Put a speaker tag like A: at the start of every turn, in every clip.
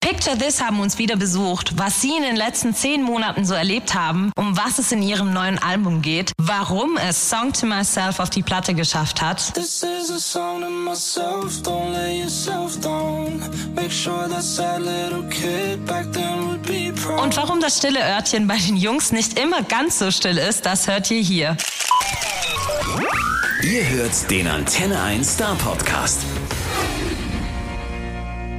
A: Picture This haben uns wieder besucht, was sie in den letzten zehn Monaten so erlebt haben, um was es in ihrem neuen Album geht, warum es Song to Myself auf die Platte geschafft hat
B: This is a song to myself, don't let yourself down. Make sure that sad little kid back then would be proud.
A: und warum das stille Örtchen bei den Jungs nicht immer ganz so still ist, das hört ihr hier.
C: Ihr hört den Antenne 1 Star Podcast.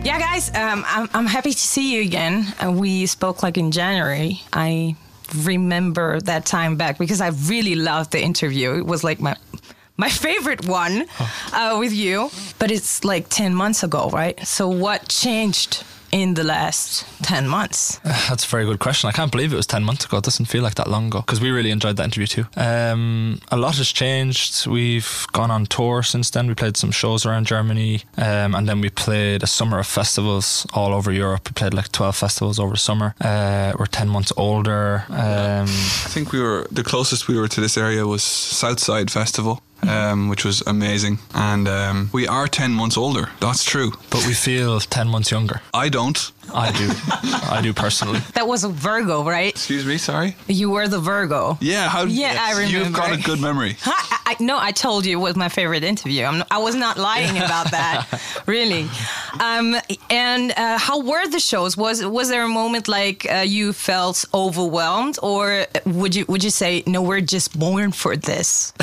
D: Yeah, guys, um, I'm, I'm happy to see you again. Uh, we spoke like in January. I remember that time back because I really loved the interview. It was like my my favorite one uh, with you. But it's like ten months ago, right? So what changed in the last ten months?
E: That's a very good question. I can't believe it was 10 months ago. It doesn't feel like that long ago because we really enjoyed that interview too. Um, a lot has changed. We've gone on tour since then. We played some shows around Germany um, and then we played a summer of festivals all over Europe. We played like 12 festivals over summer. Uh, we're 10 months older. Um,
F: I think we were the closest we were to this area was Southside Festival, um, which was amazing. And um, we are ten months older. That's true.
E: but we feel 10 months younger.
F: I don't.
E: I do. I do personally.
D: That was a Virgo, right?
F: Excuse me. Sorry.
D: You were the Virgo.
F: Yeah. How?
D: Yeah, I
F: You've got a
D: remember.
F: good memory.
D: I, I, I- no, I told you it was my favorite interview. I'm, I was not lying about that, really. Um, and uh, how were the shows? Was was there a moment like uh, you felt overwhelmed, or would you would you say no, we're just born for this?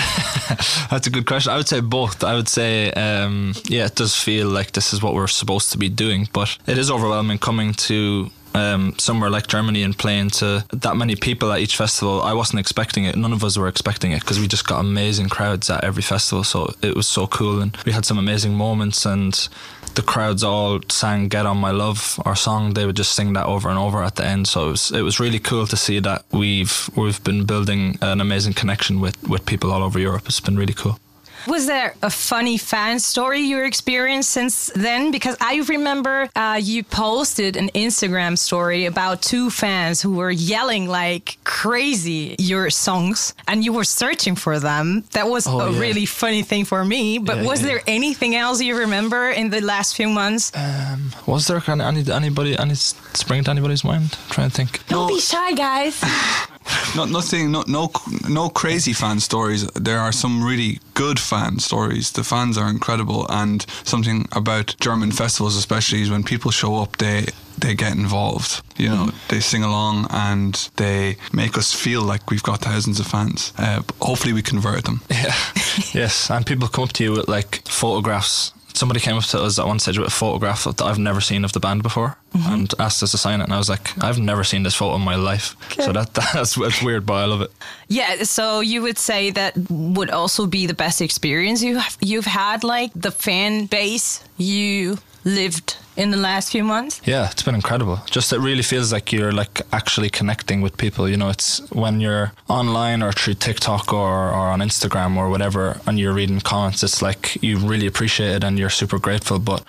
E: That's a good question. I would say both. I would say, um, yeah, it does feel like this is what we're supposed to be doing, but it is overwhelming coming to. Um, somewhere like Germany and playing to that many people at each festival, I wasn't expecting it. None of us were expecting it because we just got amazing crowds at every festival. So it was so cool, and we had some amazing moments. And the crowds all sang "Get on My Love," our song. They would just sing that over and over at the end. So it was, it was really cool to see that we've we've been building an amazing connection with with people all over Europe. It's been really cool.
D: Was there a funny fan story you experienced since then? Because I remember uh, you posted an Instagram story about two fans who were yelling like crazy your songs and you were searching for them. That was
E: Oh,
D: a
E: yeah.
D: really funny thing for me. But
E: Yeah,
D: was
E: yeah.
D: there anything else you remember in the last few months?
E: Uh, Um, Was there kind of any, anybody any spring to anybody's mind? I'm trying to think.
D: Don't be shy, guys.
F: Not nothing. No, no, no crazy fan stories. There are some really good fan stories. The fans are incredible, and something about German festivals, especially, is when people show up, they they get involved. You know, they sing along and they make us feel like we've got thousands of fans. Uh, but hopefully, we convert them.
E: yes, and people come up to you with like photographs. Somebody came up to us at one stage with a photograph that I've never seen of the band before and asked us to sign it. And I was like, I've never seen this photo in my life. So that that's, that's weird, but I love it.
D: Yeah, so you would say that would also be the best experience you have, you've had, like the fan base you lived in the last few months?
E: Yeah, it's been incredible. Just it really feels like you're like actually connecting with people. You know, it's when you're online or through TikTok or, or on Instagram or whatever, and you're reading comments, it's like you really appreciate it and you're super grateful. But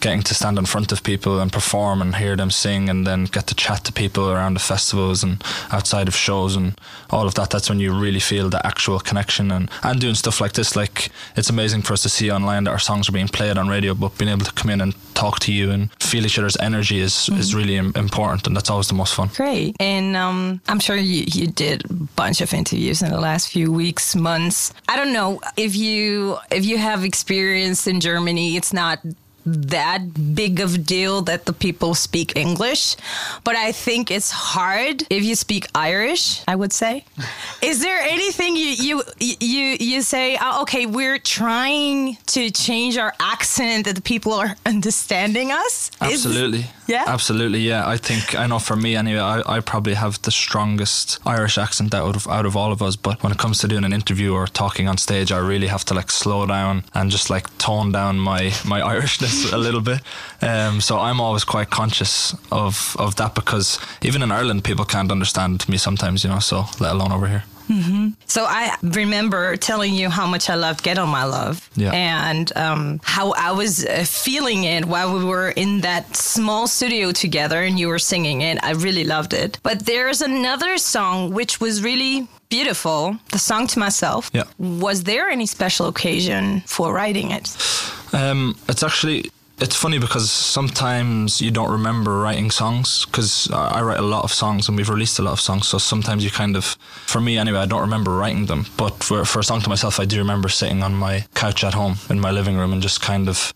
E: getting to stand in front of people and perform and hear them sing and then get to chat to people around the festivals and outside of shows and all of that that's when you really feel the actual connection and, and doing stuff like this like it's amazing for us to see online that our songs are being played on radio but being able to come in and talk to you and feel each other's energy is, is really im- important and that's always the most fun
D: Great. And um, I'm sure you, you did a bunch of interviews in the last few weeks, months. I don't know if you if you have experience in Germany, it's not that big of a deal that the people speak English, but I think it's hard if you speak Irish, I would say. Is there anything you you you you say, oh, okay, we're trying to change our accent that the people are understanding us? Is-
E: Absolutely.
D: Yeah?
E: Absolutely. Yeah. I think I know for me anyway. I, I probably have the strongest Irish accent out of out of all of us. But when it comes to doing an interview or talking on stage, I really have to like slow down and just like tone down my my Irishness a little bit. Um, so I'm always quite conscious of of that because even in Ireland, people can't understand me sometimes. You know, so let alone over here.
D: So I remember telling you how much I love Get On My Love
E: Yeah.
D: and um, how I was uh, feeling it while we were in that small studio together and you were singing it. I really loved it. But there's another song which was really beautiful, the song to myself.
E: Yeah.
D: Was there any special occasion for writing it?
E: Um, it's actually it's funny because sometimes you don't remember writing songs because I I write a lot of songs and we've released a lot of songs. So sometimes you kind of, for me anyway, I don't remember writing them. But for, for a song to myself, I do remember sitting on my couch at home in my living room and just kind of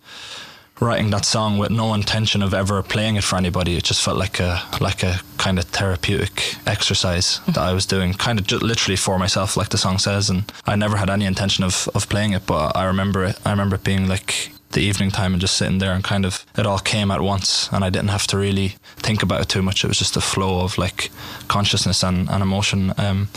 E: writing that song with no intention of ever playing it for anybody. It just felt like a like a kind of therapeutic exercise that I was doing, kind of just literally for myself, like the song says. And I never had any intention of of playing it, but I remember it. I remember it being like the evening time and just sitting there and kind of it all came at once and I didn't have to really think about it too much. It was just a flow of like consciousness and, and emotion. Um,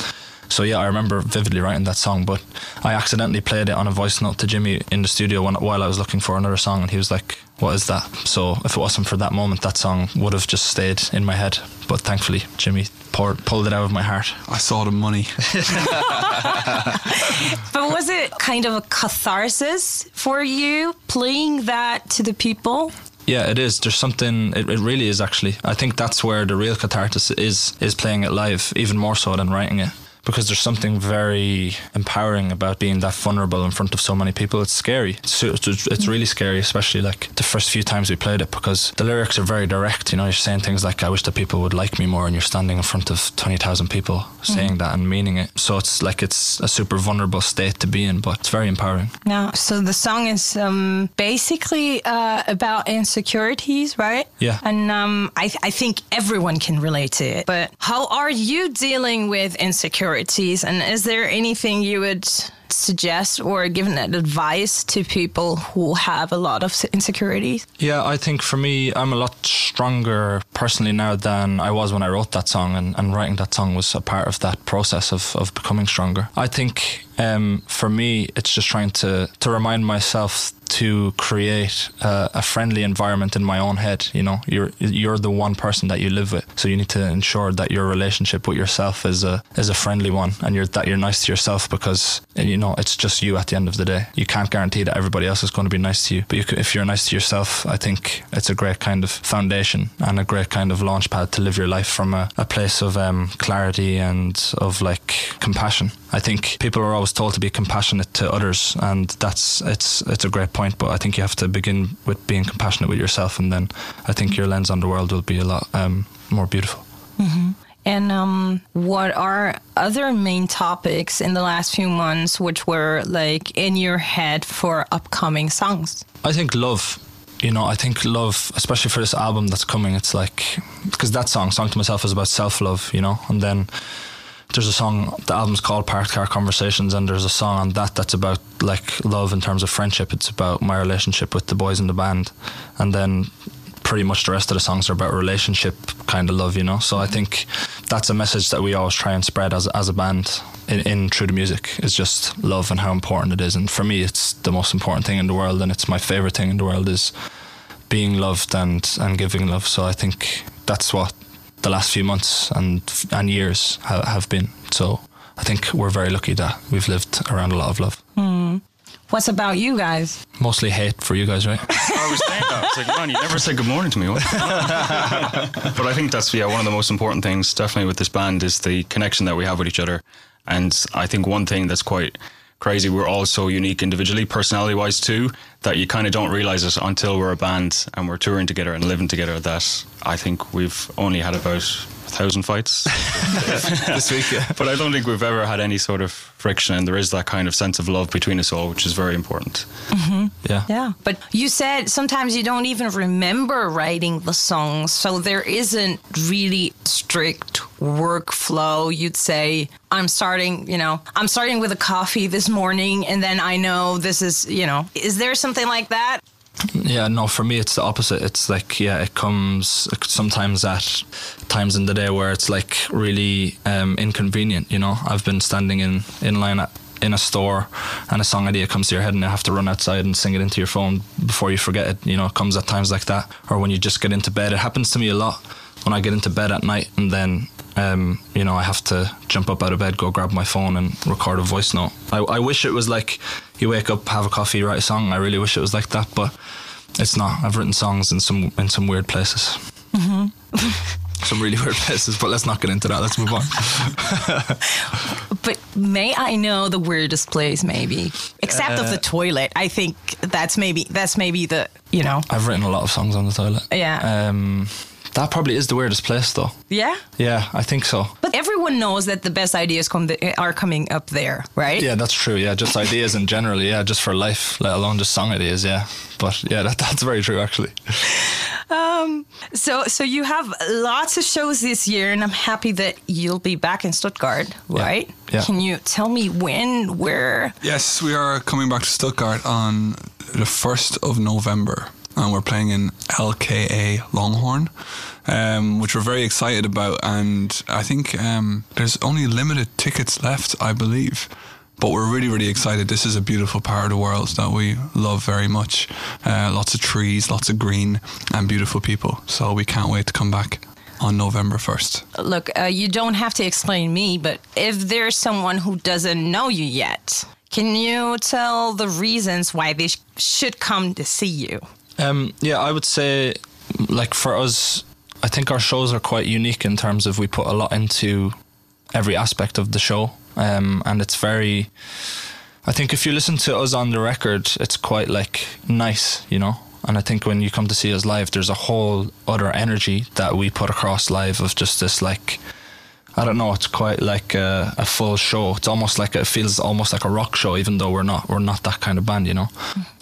E: so yeah, I remember vividly writing that song, but I accidentally played it on a voice note to Jimmy in the studio when, while I was looking for another song, and he was like, "What is that?" So if it wasn't for that moment, that song would have just stayed in my head. But thankfully, Jimmy poured, pulled it out of my heart.
F: I saw the money.
D: But was it kind of a catharsis for you playing that to the people?
E: Yeah, it is. There's something. It, it really is actually. I think that's where the real catharsis is is playing it live, even more so than writing it. Because there's something very empowering about being that vulnerable in front of so many people. It's scary. It's, su- it's it's really scary, especially like the first few times we played it, because the lyrics are very direct. You know, you're saying things like, "I wish that people would like me more," and you're standing in front of twenty thousand people saying that and meaning it. So it's like it's a super vulnerable state to be in, but it's very empowering.
D: No. So the song is um, basically uh, about insecurities, right?
E: Yeah.
D: And um, I, I think everyone can relate to it. But how are you dealing with insecurities? And is there anything you would suggest or give an advice to people who have a lot of insecurities?
E: Yeah, I think for me, I'm a lot stronger personally now than I was when I wrote that song, and, and writing that song was a part of that process of, of becoming stronger. I think um, for me, it's just trying to, to remind myself to create uh, a friendly environment in my own head. You know, you're you're the one person that you live with, so you need to ensure that your relationship with yourself is a is a friendly one, and you're that you're nice to yourself because uh, you know it's just you at the end of the day. You can't guarantee that everybody else is going to be nice to you, but you c if you're nice to yourself, I think it's a great kind of foundation and a great kind of launch pad to live your life from a, a place of um, clarity and of like compassion. I think people are always told to be compassionate to others, and that's it's it's a great point. But I think you have to begin with being compassionate with yourself, and then I think your lens on the world will be a lot um, more beautiful.
D: And um, what are other main topics in the last few months which were like in your head for upcoming songs?
E: I think love. You know, I think love, especially for this album that's coming, it's like because that song, "Song to Myself," is about self-love. You know, and then there's a song. The album's called "Parked Car Conversations," and there's a song on that that's about like love in terms of friendship. It's about my relationship with the boys in the band, and then pretty much the rest of the songs are about relationship kind of love. You know, so I think that's a message that we always try and spread as as a band in, in through the music is just love and how important it is. And for me, it's the most important thing in the world, and it's my favorite thing in the world is being loved and and giving love. So I think that's what the last few months and and years ha- have been. So I think we're very lucky that we've lived around a lot of love.
D: What's about you guys?
E: Mostly hate for you guys, right?
G: I was saying that. It's like, man, you never said good morning to me. What? but I think that's yeah one of the most important things, definitely with this band, is the connection that we have with each other. And I think one thing that's quite crazy, we're all so unique individually, personality-wise too, that you kind of don't realize it until we're a band and we're touring together and living together. That I think we've only had about a thousand fights
E: this week, yeah.
G: but I don't think we've ever had any sort of friction, and there is that kind of sense of love between us all, which is very important.
E: yeah.
D: Yeah. But you said sometimes you don't even remember writing the songs. So there isn't really strict workflow. You'd say, I'm starting, you know, I'm starting with a coffee this morning and then I know this is, you know, is there something like that?
E: Yeah, no, for me it's the opposite. It's like yeah, it comes sometimes at times in the day where it's like really um, inconvenient. You know, I've been standing in in line at in a store and a song idea comes to your head and you have to run outside and sing it into your phone before you forget it you know it comes at times like that or when you just get into bed it happens to me a lot when i get into bed at night and then um, you know i have to jump up out of bed go grab my phone and record a voice note I, I wish it was like you wake up have a coffee write a song i really wish it was like that but it's not i've written songs in some in some weird places some really weird places, but let's not get into that. Let's move on.
D: But may I know the weirdest place, maybe?
H: Except of the toilet. I think that's maybe that's maybe the you know.
E: I've written a lot of songs on the toilet.
D: Yeah.
E: Um, that probably is the weirdest place, though.
D: Yeah.
E: Yeah, I think so.
D: But everyone knows that the best ideas come th- are coming up there, right?
E: Yeah, that's true. Yeah, just ideas in general. Yeah, just for life, let alone just song ideas. Yeah, but yeah, that, that's very true actually.
D: So, so you have lots of shows this year, and I'm happy that you'll be back in Stuttgart, right?
E: Yeah.
D: Can you tell me when, where?
F: Yes, we are coming back to Stuttgart on the 1st of November. And we're playing in LKA Longhorn, um, which we're very excited about. And I think um, there's only limited tickets left, I believe. But we're really, really excited. This is a beautiful part of the world that we love very much. Uh, lots of trees, lots of green, and beautiful people. So we can't wait to come back on November 1st.
D: Look, uh, you don't have to explain me, but if there's someone who doesn't know you yet, can you tell the reasons why they sh- should come to see you?
E: Um, yeah, I would say, like for us, I think our shows are quite unique in terms of we put a lot into every aspect of the show, um, and it's very. I think if you listen to us on the record, it's quite like nice, you know. And I think when you come to see us live, there's a whole other energy that we put across live of just this like. I don't know. It's quite like a, a full show. It's almost like it feels almost like a rock show, even though we're not we're not that kind of band, you know.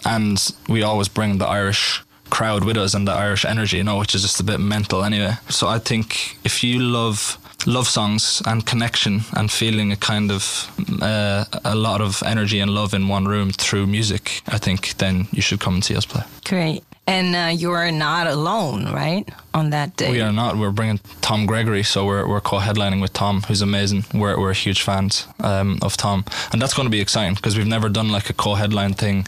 E: And we always bring the Irish crowd with us and the Irish energy, you know, which is just a bit mental anyway. So I think if you love love songs and connection and feeling a kind of uh, a lot of energy and love in one room through music, I think then you should come and see us play.
D: Great. And uh, you are not alone, right? On that day.
E: We are not. We're bringing Tom Gregory, so we're, we're co-headlining with Tom, who's amazing. We're, we're huge fans um, of Tom, and that's going to be exciting because we've never done like a co-headline thing.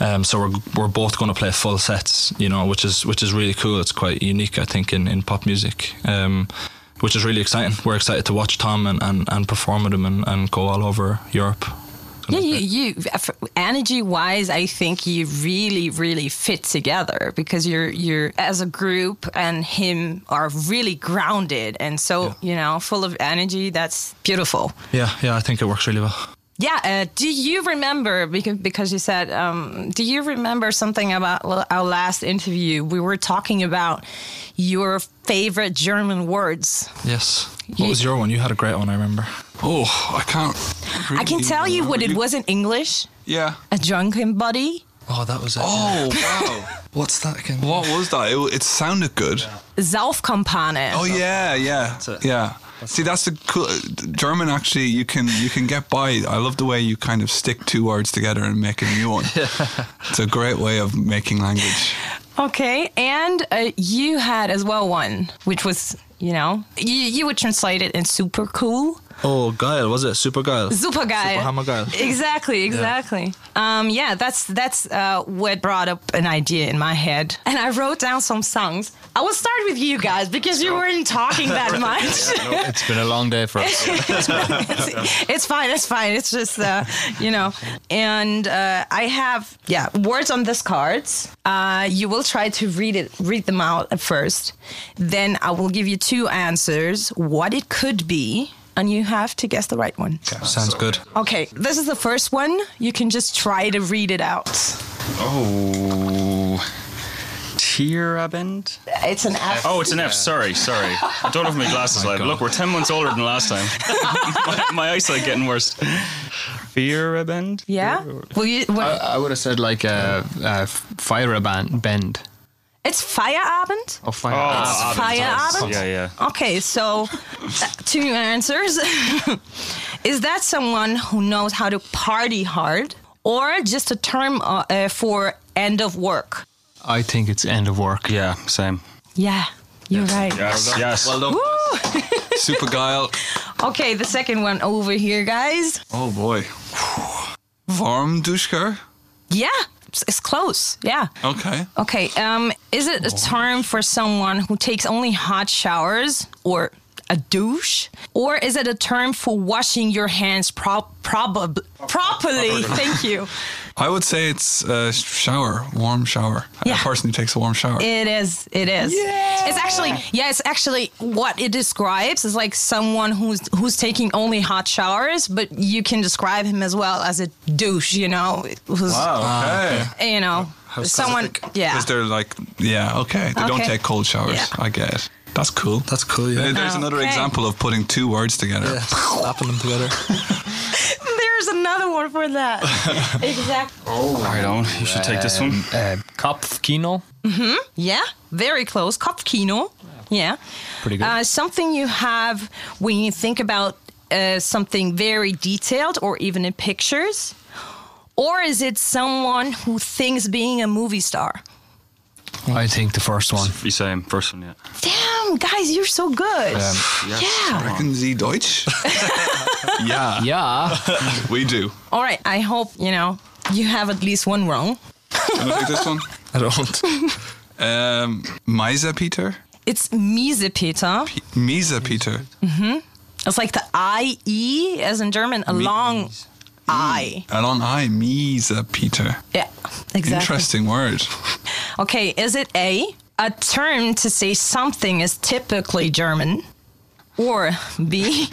E: Um, so we're, we're both going to play full sets, you know, which is which is really cool. It's quite unique, I think, in, in pop music, um, which is really exciting. We're excited to watch Tom and, and, and perform with him and, and go all over Europe.
D: Yeah, you, you energy wise, I think you really, really fit together because you're you're as a group and him are really grounded and so you know full of energy. That's beautiful.
E: Yeah, yeah, I think it works really well.
D: Yeah. Uh, do you remember because because you said um, do you remember something about l- our last interview? We were talking about your favorite German words.
E: Yes. What was your one? You had a great one, I remember.
F: Oh, I can't.
D: I can
F: really
D: tell you what it
F: remember.
D: was in English.
F: Yeah.
D: A drunken buddy.
E: Oh, that was it.
F: Oh, wow.
E: What's that again?
F: What was that? It, it sounded good.
D: Saufkampane.
F: Oh yeah, yeah,
E: it.
F: yeah. See, that's the cool German. Actually, you can you can get by. I love the way you kind of stick two words together and make a new one. It's a great way of making language.
D: Okay, and uh, you had as well one, which was you know you, you would translate it in super cool,
E: Oh, Guile, was it? Super Guile.
D: super guy,
E: Super hammer guy.
D: Exactly, exactly. Um, yeah, that's that's uh, what brought up an idea in my head, and I wrote down some songs. I will start with you guys because you weren't talking that much.
I: It's been a long day for us.
D: it's, it's fine. It's fine. It's just uh, you know. And uh, I have yeah words on these cards. Uh, you will try to read it, read them out at first. Then I will give you two answers. What it could be. And you have to guess the right one.
E: Sounds good.
D: Okay, this is the first one. You can just try to read it out.
G: Oh. Tearabend?
D: It's an F.
G: Oh, it's an F. Sorry, sorry. I don't have my glasses live. Look, we're 10 months older than last time. my, my eyesight getting worse. Fearabend?
D: Yeah.
G: Uh,
D: Will you? What,
I: I, I would have said like a, a fire band bend.
D: it's Feierabend.
I: Or fire.
G: Oh,
D: Feierabend.
G: yeah, yeah.
D: Okay, so uh, two answers. Is that someone who knows how to party hard or just a term uh, uh, for end of work?
I: I think it's end of work.
G: Yeah, same.
D: Yeah, you're right.
G: Yes, yes.
D: Woo!
F: Super guile.
D: okay, the second one over here, guys.
F: Oh boy. Warm duschker.
D: Yeah, it's, it's close. Yeah.
F: Okay.
D: Okay, um, is it a term for someone who takes only hot showers or a douche? Or is it a term for washing your hands pro- probab- properly? Thank you.
F: I would say it's a shower, warm shower.
D: Yeah.
F: A person who takes a warm shower.
D: It is. It is. It's actually yeah. It's actually what it describes is like someone who's who's taking only hot showers, but you can describe him as well as a douche. You know, who's
F: okay.
D: you know someone. Yeah.
F: Because they're like, yeah, okay. They don't
D: Okay.
F: take cold showers.
D: Yeah. Ah,
F: I get it. That's cool.
E: That's cool, yeah.
F: There's another
D: Okay.
F: example of putting two words together.
E: Slapping them together.
D: There's another one for that. exactly.
G: Right on. You should take this one.
J: Uh,
E: Um,
J: Kopfkino.
D: Yeah. Very close. Kopfkino. Yeah.
J: Pretty good.
D: Uh, something you have when you think about uh, something very detailed or even in pictures? Or is it someone who thinks being a movie star?
J: I think the first one.
G: You say him first one, yeah.
D: Damn, guys, you're so good.
G: Yes.
D: yeah.
F: Reckon Sie Deutsch? yeah,
J: Yeah.
F: we do.
D: All right, I hope, you know, you have at least one wrong.
F: Can I take this one?
E: I don't.
F: Um, Misa Peter?
D: It's Miese Peter.
F: Misa Peter.
D: It's like the IE as in German, a long I.
F: Alon I, Misa Peter.
D: Yeah, exactly.
F: Interesting word.
D: Okay, is it A, a term to say something is typically German, or B,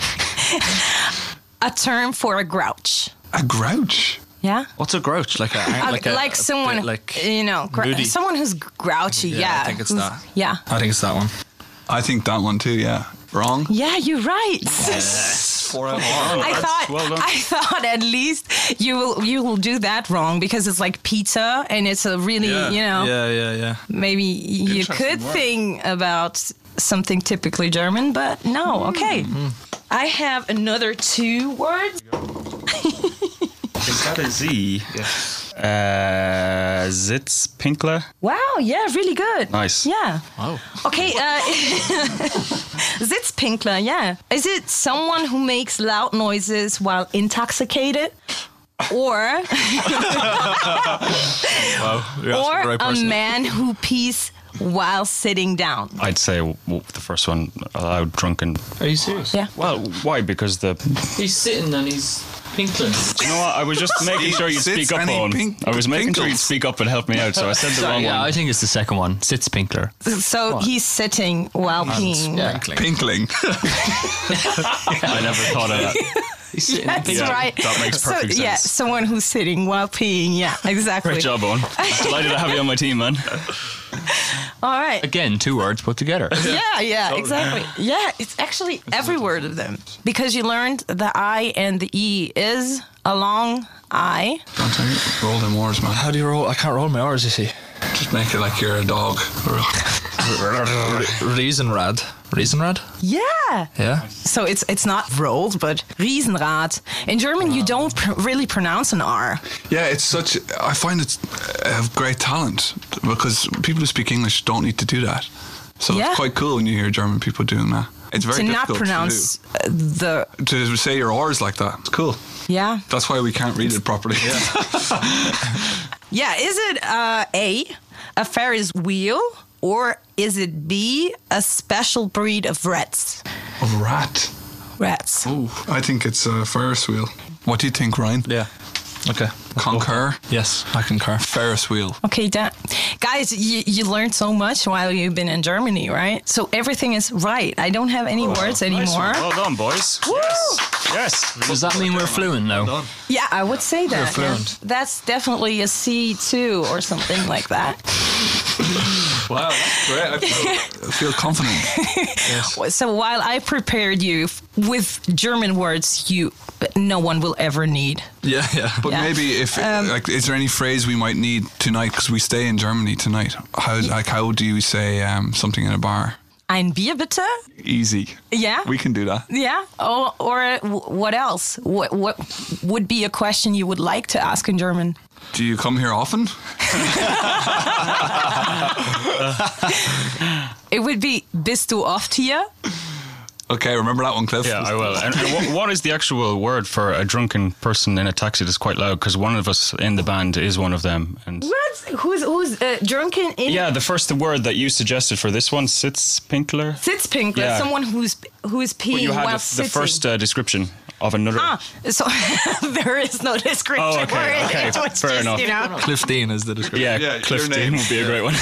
D: a term for a grouch?
F: A grouch.
D: Yeah?
E: What's a grouch? Like a
D: A- like
E: like, a, a
D: someone,
E: bit like
D: you know, gr-
E: moody.
D: someone who's grouchy. Yeah,
E: Yeah, I think it's
D: who's-
E: that.
D: Yeah.
E: I think it's that one.
F: I think that one too, yeah. Wrong?
D: Yeah, you're right.
F: Four out of four.
D: I thought
G: well done.
D: I thought at least you will you will do that wrong because it's like pizza and it's a really you know
E: Yeah, yeah, yeah.
D: maybe you
F: Interesting
D: could
F: word.
D: think about something typically German, but no.
E: Hmm.
D: Okay, I have another two words.
G: Is that a Z? Uh, Zitz Pinkler.
D: Wow, yeah, really good.
G: Nice.
D: Yeah.
E: Oh.
D: Wow. Okay, uh, Sitzpinkler, yeah. Is it someone who makes loud noises while intoxicated? Or, or
E: the right
D: a
E: person.
D: man who pees while sitting down?
G: I'd say w- w- the first one, a loud drunken.
J: Are you serious?
D: Yeah.
G: Well, why? Because the.
J: He's sitting and he's pinkling.
G: You know what? I was just making sure you'd
F: Zitz
G: speak up
F: and he
G: on.
F: pink-
G: I was making sure you'd
F: pinkles.
G: speak up and help me out, so I said the
J: Sorry,
G: wrong
J: yeah, I
G: one.
J: think it's the second one. Sitz Pinkler.
D: So he's sitting while peeing.
J: Yeah.
F: Pinkling.
G: I never thought of that.
J: He's sitting and
D: That's
J: pinkling.
G: Yeah,
D: right.
G: that makes perfect
D: so, Yeah,
G: sense.
D: someone who's sitting while peeing. Yeah, exactly.
G: Great job, Owen. Delighted to have you on my team, man.
D: All right.
J: Again, two words put together.
D: yeah, yeah,
G: Oh,
D: exactly. Yeah, it's actually every word of them because you learned the I and the E is a long I.
F: Don't tell me. Roll them oars, man.
E: How do you roll? I can't roll my R's, you see.
F: Just make it like you're a dog.
E: Riesenrad. Riesenrad?
D: Yeah.
E: Yeah.
D: So it's it's not rolled, but Riesenrad. In German, you don't pr- really pronounce an R.
F: Yeah, it's such. I find it's a great talent because people who speak English don't need to do that. So
D: Yeah.
F: it's quite cool when you hear German people doing that. It's very
D: to not
F: difficult
D: pronounce uh, the
F: to, do. to say your oars like that. It's cool.
D: yeah
F: That's why we can't read it properly.
D: yeah. Is it uh, a a Ferris wheel or is it B a special breed of rats?
F: A Oh, rat.
D: Rats.
F: Ooh. I think it's a Ferris wheel. What do you think, Ryan?
E: Yeah. Okay.
F: Concur.
E: Yes, I concur.
F: Ferris wheel.
D: Okay, da- guys, you, you learned so much while you've been in Germany, right? So everything is right. I don't have any words anymore.
G: Well done, boys. Oh, Yes. Yes.
J: Does that mean we're fluent now?
D: Yeah, I would say that. yeah.
J: fluent.
D: That's definitely a C2 or something like that.
F: Wow, that's great. I feel, I feel confident.
D: So while I prepared you f- with German words, you no one will ever need.
E: Yeah, yeah.
F: But
D: Yeah. Um,
F: maybe if like, is there any phrase we might need tonight because we stay in Germany tonight? How like how do you say um, something in a bar?
D: Ein Bier bitte?
F: Easy.
D: Yeah.
F: We can do that.
D: Yeah. Oh, or w- what else? What, what would be a question you would like to ask in German?
F: Do you come here often?
D: It would be Bist du oft hier?
F: Okay, remember that one, Cliff.
G: Yeah, I will. And, and what, what is the actual word for a drunken person in a taxi that's quite loud? Because one of us in the band is one of them. And
D: What? Who's who's uh, drunken in
G: yeah, the first word that you suggested for this one, Sitz Pinkler.
D: sits pink? like
G: Yeah.
D: Someone who's who is peeing
G: Well, you had
D: while
G: the, the
D: sitting.
G: first uh, description of another.
D: Ah, so there is no description.
G: Oh, okay,
D: for it.
G: okay,
D: It's
G: fair
D: just,
G: enough.
D: You know?
E: Cliff Dean is the description.
G: Yeah,
F: Yeah,
G: Cliff
F: your
G: Dean
F: name.
G: would be a great one.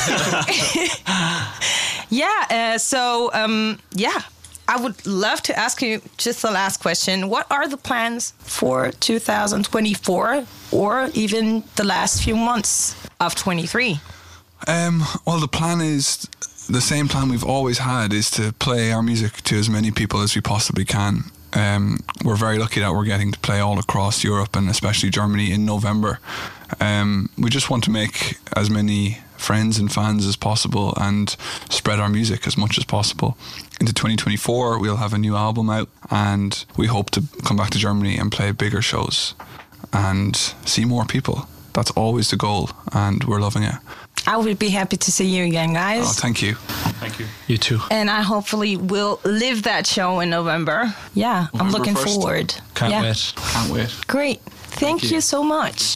D: Yeah. Uh, so um, yeah, I would love to ask you just the last question. What are the plans for 2024, or even the last few months of 23?
F: Um, well, the plan is the same plan we've always had is to play our music to as many people as we possibly can. Um, we're very lucky that we're getting to play all across Europe and especially Germany in November. Um, we just want to make as many friends and fans as possible and spread our music as much as possible. Into 2024, we'll have a new album out and we hope to come back to Germany and play bigger shows and see more people. That's always the goal, and we're loving it.
D: I would be happy to see you again, guys.
F: Oh, thank you.
G: Thank you.
E: You too.
D: and I hopefully will live that show in November. Yeah, I'm
F: November
D: looking
F: 1st.
D: forward.
E: Can't
D: yeah.
E: wait.
F: Can't wait.
D: Great. Thank, you. so much.